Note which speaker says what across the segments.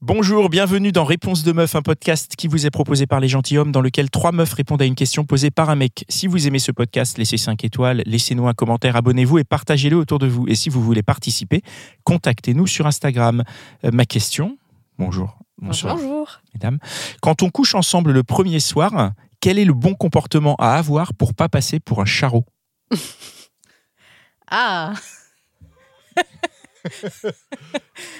Speaker 1: Bonjour, bienvenue dans Réponse de Meuf, un podcast qui vous est proposé par les gentilshommes dans lequel trois meufs répondent à une question posée par un mec. Si vous aimez ce podcast, laissez 5 étoiles, laissez-nous un commentaire, abonnez-vous et partagez-le autour de vous. Et si vous voulez participer, contactez-nous sur Instagram. Euh, ma question, bonjour, bonsoir
Speaker 2: Bonjour.
Speaker 1: mesdames. Quand on couche ensemble le premier soir, quel est le bon comportement à avoir pour pas passer pour un charreau
Speaker 2: Ah,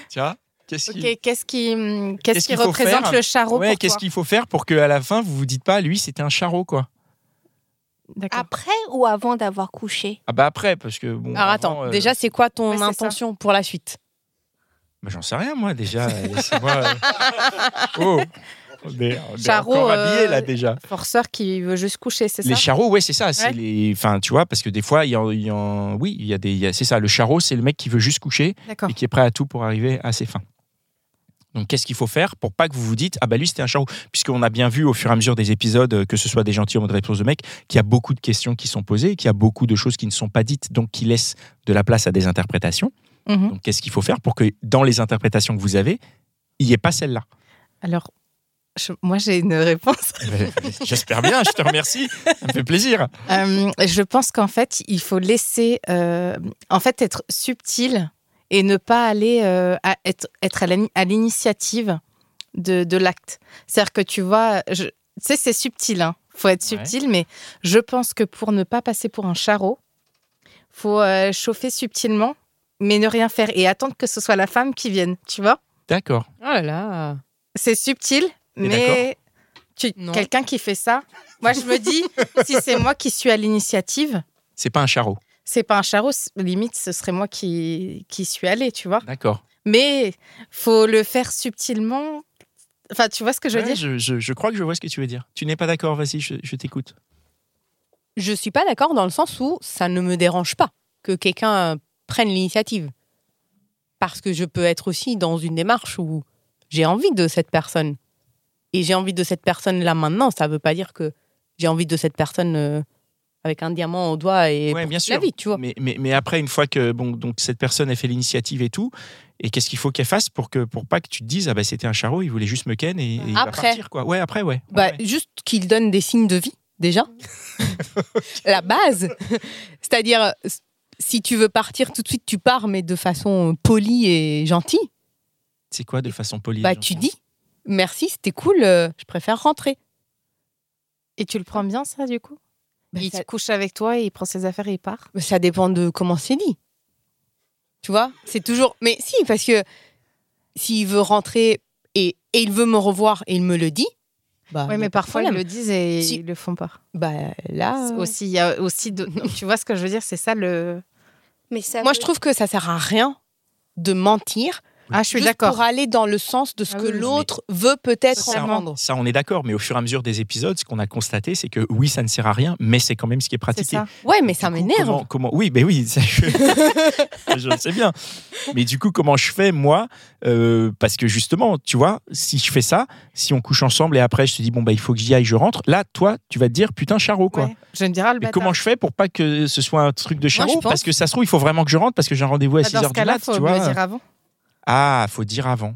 Speaker 1: Tiens, qu'est-ce qui...
Speaker 2: ok. Qu'est-ce qui,
Speaker 3: hmm,
Speaker 2: hum, qu'est-ce
Speaker 1: Qu'est-ce
Speaker 2: qui
Speaker 1: qu'il faut
Speaker 2: représente
Speaker 1: faire
Speaker 2: le charreau
Speaker 1: Ouais,
Speaker 2: pour
Speaker 1: qu'est-ce
Speaker 2: toi
Speaker 1: qu'il faut faire pour qu'à la fin, vous vous dites pas, lui, c'était un charreau, quoi
Speaker 2: D'accord.
Speaker 4: Après ou avant d'avoir couché
Speaker 1: Ah bah après, parce que bon...
Speaker 3: Alors
Speaker 1: avant,
Speaker 3: attends,
Speaker 1: euh,
Speaker 3: déjà c'est quoi ton
Speaker 2: Ouais, c'est ça.
Speaker 3: intention pour la suite
Speaker 1: Bah, J'en sais rien, moi, déjà. euh, Laissez-moi. euh. Oh On est, on est
Speaker 3: Charreau,
Speaker 1: encore habillés,
Speaker 3: euh,
Speaker 1: là, déjà.
Speaker 3: Forceur qui veut juste coucher, c'est
Speaker 1: Les
Speaker 3: ça
Speaker 1: charreaux, ouais, c'est ça. c'est
Speaker 3: Ouais.
Speaker 1: les- Enfin, tu vois, parce que des fois, il y en, il y en- Oui, il y a des. il y a- C'est ça, le charreau, c'est le mec qui veut juste coucher
Speaker 3: D'accord.
Speaker 1: et qui est prêt à tout pour arriver à ses fins. Donc, qu'est-ce qu'il faut faire pour pas que vous vous dites Ah, bah lui, c'était un charreau Puisqu'on a bien vu au fur et à mesure des épisodes, euh, que ce soit des gentils ou des réponses de mecs, qu'il y a beaucoup de questions qui sont posées, qu'il y a beaucoup de choses qui ne sont pas dites, donc qui laissent de la place à des interprétations.
Speaker 3: Mhm.
Speaker 1: Donc, qu'est-ce qu'il faut faire pour que dans les interprétations que vous avez, il n'y ait pas celle-là
Speaker 3: Alors, je- moi j'ai une réponse.
Speaker 1: J'espère bien, je te remercie. Ça me fait plaisir.
Speaker 3: Euh, je pense qu'en fait, il faut laisser, euh, en fait, être subtil et ne pas aller euh, à être, être à l'ini- à l'initiative de, de l'acte. C'est-à-dire que tu vois, je- tu sais, c'est subtil, hein. faut être
Speaker 1: Ouais.
Speaker 3: subtil, mais je pense que pour ne pas passer pour un charreau, faut euh, chauffer subtilement, mais ne rien faire et attendre que ce soit la femme qui vienne, tu vois
Speaker 1: D'accord.
Speaker 2: Oh là là.
Speaker 3: C'est subtil,
Speaker 1: T'es
Speaker 3: mais tu-
Speaker 2: Non.
Speaker 3: quelqu'un qui fait ça, moi je me dis, si c'est moi qui suis à l'initiative,
Speaker 1: C'est pas un charreau.
Speaker 3: c'est pas un charreau, c- limite ce serait moi qui, qui suis allée, tu vois.
Speaker 1: D'accord.
Speaker 3: Mais faut le faire subtilement. Enfin, tu vois ce que je veux
Speaker 1: Ouais,
Speaker 3: dire
Speaker 1: je, je- je crois que je vois ce que tu veux dire. Tu n'es pas d'accord, vas-y, je, je t'écoute.
Speaker 2: Je suis pas d'accord dans le sens où ça ne me dérange pas que quelqu'un prenne l'initiative. Parce que je peux être aussi dans une démarche où j'ai envie de cette personne. Et j'ai envie de cette personne là maintenant. Ça veut pas dire que j'ai envie de cette personne euh, avec un diamant au doigt et
Speaker 1: Ouais,
Speaker 2: pour
Speaker 1: bien
Speaker 2: toute
Speaker 1: sûr.
Speaker 2: la vie, tu vois.
Speaker 1: Mais, mais- mais après, une fois que bon, donc cette personne a fait l'initiative et tout, et qu'est-ce qu'il faut qu'elle fasse pour que pour pas que tu te dises ah bah c'était un charreau, il voulait juste me ken et, et il va
Speaker 2: Après.
Speaker 1: partir quoi. Ouais après ouais.
Speaker 2: Bah,
Speaker 1: Ouais, ouais.
Speaker 2: Juste qu'il donne des signes de vie, déjà. La base. C'est-à-dire, s- si tu veux partir tout de suite, tu pars, mais de façon polie et gentille.
Speaker 1: C'est quoi de façon polie
Speaker 2: Bah,
Speaker 1: genre
Speaker 2: tu dis merci, c'était cool, euh, je préfère rentrer.
Speaker 3: Et tu le prends bien, ça, du coup
Speaker 2: Bah,
Speaker 3: Il
Speaker 2: ça,
Speaker 3: se couche avec toi, il prend ses affaires et il part.
Speaker 2: bah, ça dépend de comment c'est dit. Tu vois C'est toujours. Mais si, parce que s'il veut rentrer et, et il veut me revoir et il me le dit. Bah,
Speaker 3: Oui,
Speaker 2: y a
Speaker 3: mais
Speaker 2: pas de
Speaker 3: parfois ils
Speaker 2: problème.
Speaker 3: le disent et
Speaker 2: Si-
Speaker 3: ils le font pas.
Speaker 2: Bah, là.
Speaker 3: C'est Aussi, il y a aussi. de- tu vois ce que je veux dire C'est ça le.
Speaker 4: Mais ça
Speaker 2: Moi,
Speaker 4: veut-
Speaker 2: je trouve que ça sert à rien de mentir
Speaker 3: Ah, je suis
Speaker 2: Juste
Speaker 3: d'accord.
Speaker 2: Pour aller dans le sens de ce
Speaker 3: Ah
Speaker 2: que
Speaker 3: oui, oui.
Speaker 2: l'autre veut peut-être
Speaker 1: Ça,
Speaker 2: entendre.
Speaker 1: Ça, on est d'accord, mais au fur et à mesure des épisodes, ce qu'on a constaté, c'est que oui, ça ne sert à rien, mais c'est quand même ce qui est
Speaker 3: C'est
Speaker 1: pratiqué.
Speaker 3: ça.
Speaker 2: Ouais, mais ça
Speaker 1: Du coup,
Speaker 2: m'énerve.
Speaker 1: Comment, comment- Oui, mais oui, ça, je... je le sais bien. Mais du coup, comment je fais, moi euh, Parce que justement, tu vois, si je fais ça, si on couche ensemble et après je te dis, bon, bah, il faut que j'y aille, je rentre, là, toi, tu vas te dire, putain, charreau, quoi.
Speaker 3: Ouais. Je me dirai le
Speaker 1: Mais
Speaker 3: bâtard.
Speaker 1: comment je fais pour pas que ce soit un truc de charreau
Speaker 2: pense-
Speaker 1: Parce que ça se trouve, il faut vraiment que je rentre parce que j'ai un rendez-vous à
Speaker 3: Bah, Dans
Speaker 1: 6h
Speaker 3: ce
Speaker 1: du
Speaker 3: cas-là,
Speaker 1: mat,
Speaker 3: faut
Speaker 1: tu
Speaker 3: me le
Speaker 1: vois. euh,
Speaker 3: dire avant.
Speaker 1: Ah, faut dire avant.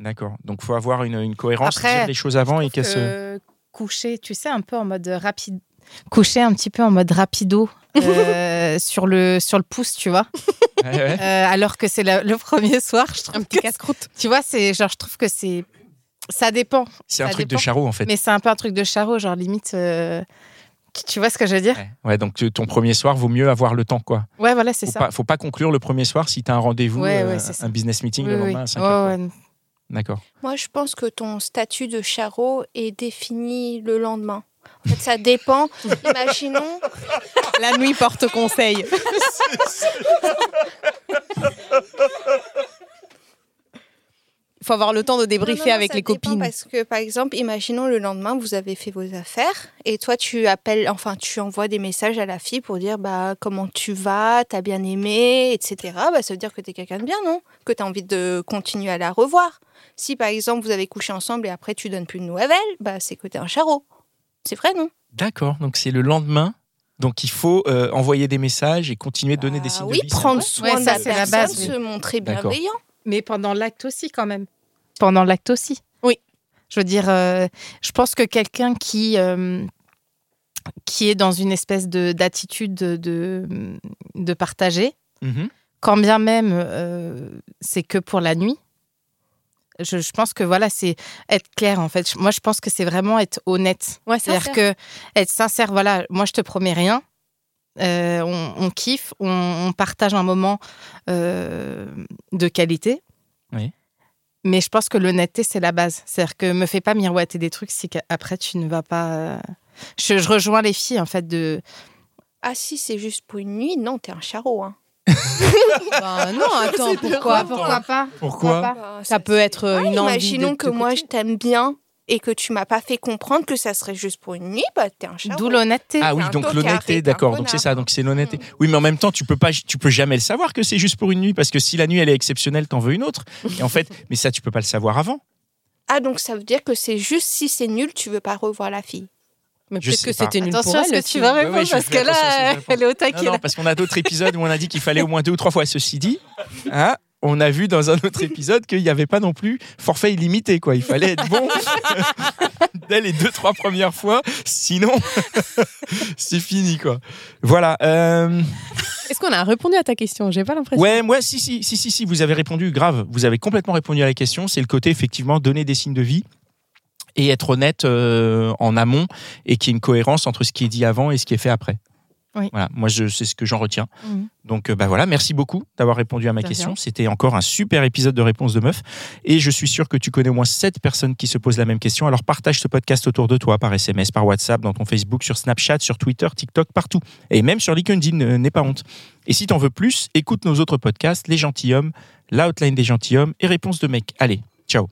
Speaker 1: D'accord. Donc, faut avoir une, une cohérence,
Speaker 3: Après,
Speaker 1: dire les choses avant et qu'elles se.
Speaker 3: Euh, coucher, tu sais, un peu en mode rapide. Coucher un petit peu en mode rapido euh, sur, le, sur le pouce, tu vois.
Speaker 1: Ouais, ouais.
Speaker 3: Euh, alors que c'est la- le premier soir, je trouve.
Speaker 2: Un
Speaker 3: que-
Speaker 2: petit casse-croûte.
Speaker 3: tu vois, c'est genre, je trouve que c'est. Ça dépend,
Speaker 1: C'est un
Speaker 3: ça
Speaker 1: truc de
Speaker 3: dépend.
Speaker 1: charreau, en fait.
Speaker 3: mais c'est un peu un truc de charreau, genre limite. euh, tu, tu vois ce que je veux dire
Speaker 1: Ouais. Ouais, donc tu- ton premier soir, vaut mieux avoir le temps, quoi.
Speaker 3: Ouais, voilà, c'est
Speaker 1: faut
Speaker 3: ça.
Speaker 1: pas, faut pas conclure le premier soir si tu as un rendez-vous,
Speaker 3: Ouais,
Speaker 1: euh,
Speaker 3: ouais, c'est ça.
Speaker 1: un business meeting
Speaker 3: Oui,
Speaker 1: le
Speaker 3: oui.
Speaker 1: lendemain à 5
Speaker 3: Ouais,
Speaker 1: heures, quoi.
Speaker 3: ouais.
Speaker 1: D'accord.
Speaker 4: Moi, je pense que ton statut de charreau est défini le lendemain. En fait, ça dépend. Imaginons,
Speaker 2: La nuit porte conseil. Il faut avoir le temps de débriefer
Speaker 4: Non, non, non,
Speaker 2: avec
Speaker 4: ça
Speaker 2: les
Speaker 4: dépend
Speaker 2: copines.
Speaker 4: Parce que, par exemple, imaginons le lendemain, vous avez fait vos affaires et toi, tu appelles, enfin, tu envoies des messages à la fille pour dire bah, comment tu vas, t'as bien aimé, etc. Bah, ça veut dire que t'es quelqu'un de bien, non Que t'as envie de continuer à la revoir. Si, par exemple, vous avez couché ensemble et après, tu donnes plus de nouvelles, bah, c'est que t'es un charreau. C'est vrai, non
Speaker 1: D'accord. Donc c'est le lendemain. Donc il faut euh, envoyer des messages et continuer de
Speaker 3: Ah
Speaker 1: donner des
Speaker 4: Bah
Speaker 1: signes
Speaker 4: Oui,
Speaker 1: de vie. ça
Speaker 4: prendre
Speaker 1: va
Speaker 4: soin
Speaker 3: Ouais,
Speaker 4: de
Speaker 3: ça,
Speaker 4: la
Speaker 3: c'est la
Speaker 4: personne,
Speaker 3: base, oui.
Speaker 4: se montrer
Speaker 1: D'accord.
Speaker 4: bienveillant.
Speaker 3: Mais pendant l'acte aussi, quand même. pendant l'acte aussi.
Speaker 2: Oui.
Speaker 3: Je veux dire, euh, je pense que quelqu'un qui, euh, qui est dans une espèce de- d'attitude de, de, de partager,
Speaker 1: Mhm.
Speaker 3: quand bien même euh, c'est que pour la nuit, je, je pense que voilà, c'est être clair en fait. Je- Moi, je pense que c'est vraiment être honnête.
Speaker 2: Ouais,
Speaker 3: C'est-à-dire que être sincère, voilà, moi je te promets rien. Euh, on, on kiffe, on, on partage un moment euh, de qualité.
Speaker 1: Oui.
Speaker 3: Mais je pense que l'honnêteté, c'est la base. C'est-à-dire que me fais pas miroiter des trucs si qu'a- après tu ne vas pas. euh, Je, je rejoins les filles en fait de.
Speaker 4: Ah si, c'est juste pour une nuit, non, t'es un charreau. Hein.
Speaker 2: Bah, non, attends, pourquoi, pourquoi
Speaker 3: pas
Speaker 1: Pourquoi
Speaker 2: Ça peut être euh, une envie.
Speaker 4: Ah, Imaginons
Speaker 2: de
Speaker 4: que
Speaker 2: te
Speaker 4: moi
Speaker 2: copier.
Speaker 4: je t'aime bien et que tu m'as pas fait comprendre que ça serait juste pour une nuit, bah t'es un charreau.
Speaker 3: D'où l'honnêteté.
Speaker 1: Ah oui,
Speaker 4: C'est un
Speaker 1: donc
Speaker 4: tocard, c'est
Speaker 1: l'honnêteté,
Speaker 4: un
Speaker 1: d'accord. Donc
Speaker 4: connard.
Speaker 1: c'est ça, donc c'est l'honnêteté.
Speaker 3: Hmm.
Speaker 1: Oui, mais en même temps, tu peux pas, tu peux jamais le savoir que c'est juste pour une nuit parce que si la nuit elle est exceptionnelle, t'en veux une autre. Et en fait, mais ça, tu peux pas le savoir avant.
Speaker 4: Ah donc ça veut dire que c'est juste si c'est nul, tu veux pas revoir la fille.
Speaker 2: Mais
Speaker 1: Je
Speaker 2: peut-être
Speaker 1: sais
Speaker 2: que
Speaker 1: pas.
Speaker 2: c'était une
Speaker 3: Attention
Speaker 2: pour
Speaker 3: à ce
Speaker 2: elle.
Speaker 3: que tu vas
Speaker 1: Ouais, ouais,
Speaker 3: répondre
Speaker 1: je
Speaker 3: parce
Speaker 1: fais
Speaker 3: que
Speaker 1: attention à ce que je
Speaker 3: là,
Speaker 1: réponds.
Speaker 3: elle est au taquet.
Speaker 1: Non, non,
Speaker 3: là.
Speaker 1: parce qu'on a d'autres épisodes où on a dit qu'il fallait au moins deux ou trois fois. Ceci dit, hein, on a vu dans un autre épisode qu'il n'y avait pas non plus forfait illimité. Quoi. Il fallait être bon dès les deux, trois premières fois. Sinon, c'est fini. Quoi. Voilà. euh,
Speaker 2: Est-ce qu'on a répondu à ta question J'ai pas l'impression.
Speaker 1: Ouais, moi, si, si, si, si, si, vous avez répondu, grave. Vous avez complètement répondu à la question. C'est le côté, effectivement, donner des signes de vie et être honnête euh, en amont et qu'il y ait une cohérence entre ce qui est dit avant et ce qui est fait après.
Speaker 3: Oui.
Speaker 1: Voilà, moi, je- c'est ce que j'en retiens.
Speaker 3: Mhm.
Speaker 1: Donc, euh, bah voilà, merci beaucoup d'avoir répondu à ma
Speaker 3: De
Speaker 1: question.
Speaker 3: rien.
Speaker 1: C'était encore un super épisode de Réponse de Meuf. Et je suis sûr que tu connais au moins 7 personnes qui se posent la même question. Alors, partage ce podcast autour de toi, par SMS, par WhatsApp, dans ton Facebook, sur Snapchat, sur Twitter, TikTok, partout. Et même sur LinkedIn, euh, n'aie pas honte. Et si t'en veux plus, écoute nos autres podcasts, Les Gentilhommes, L'Outline des Gentilhommes et Réponse de Mec. Allez, ciao.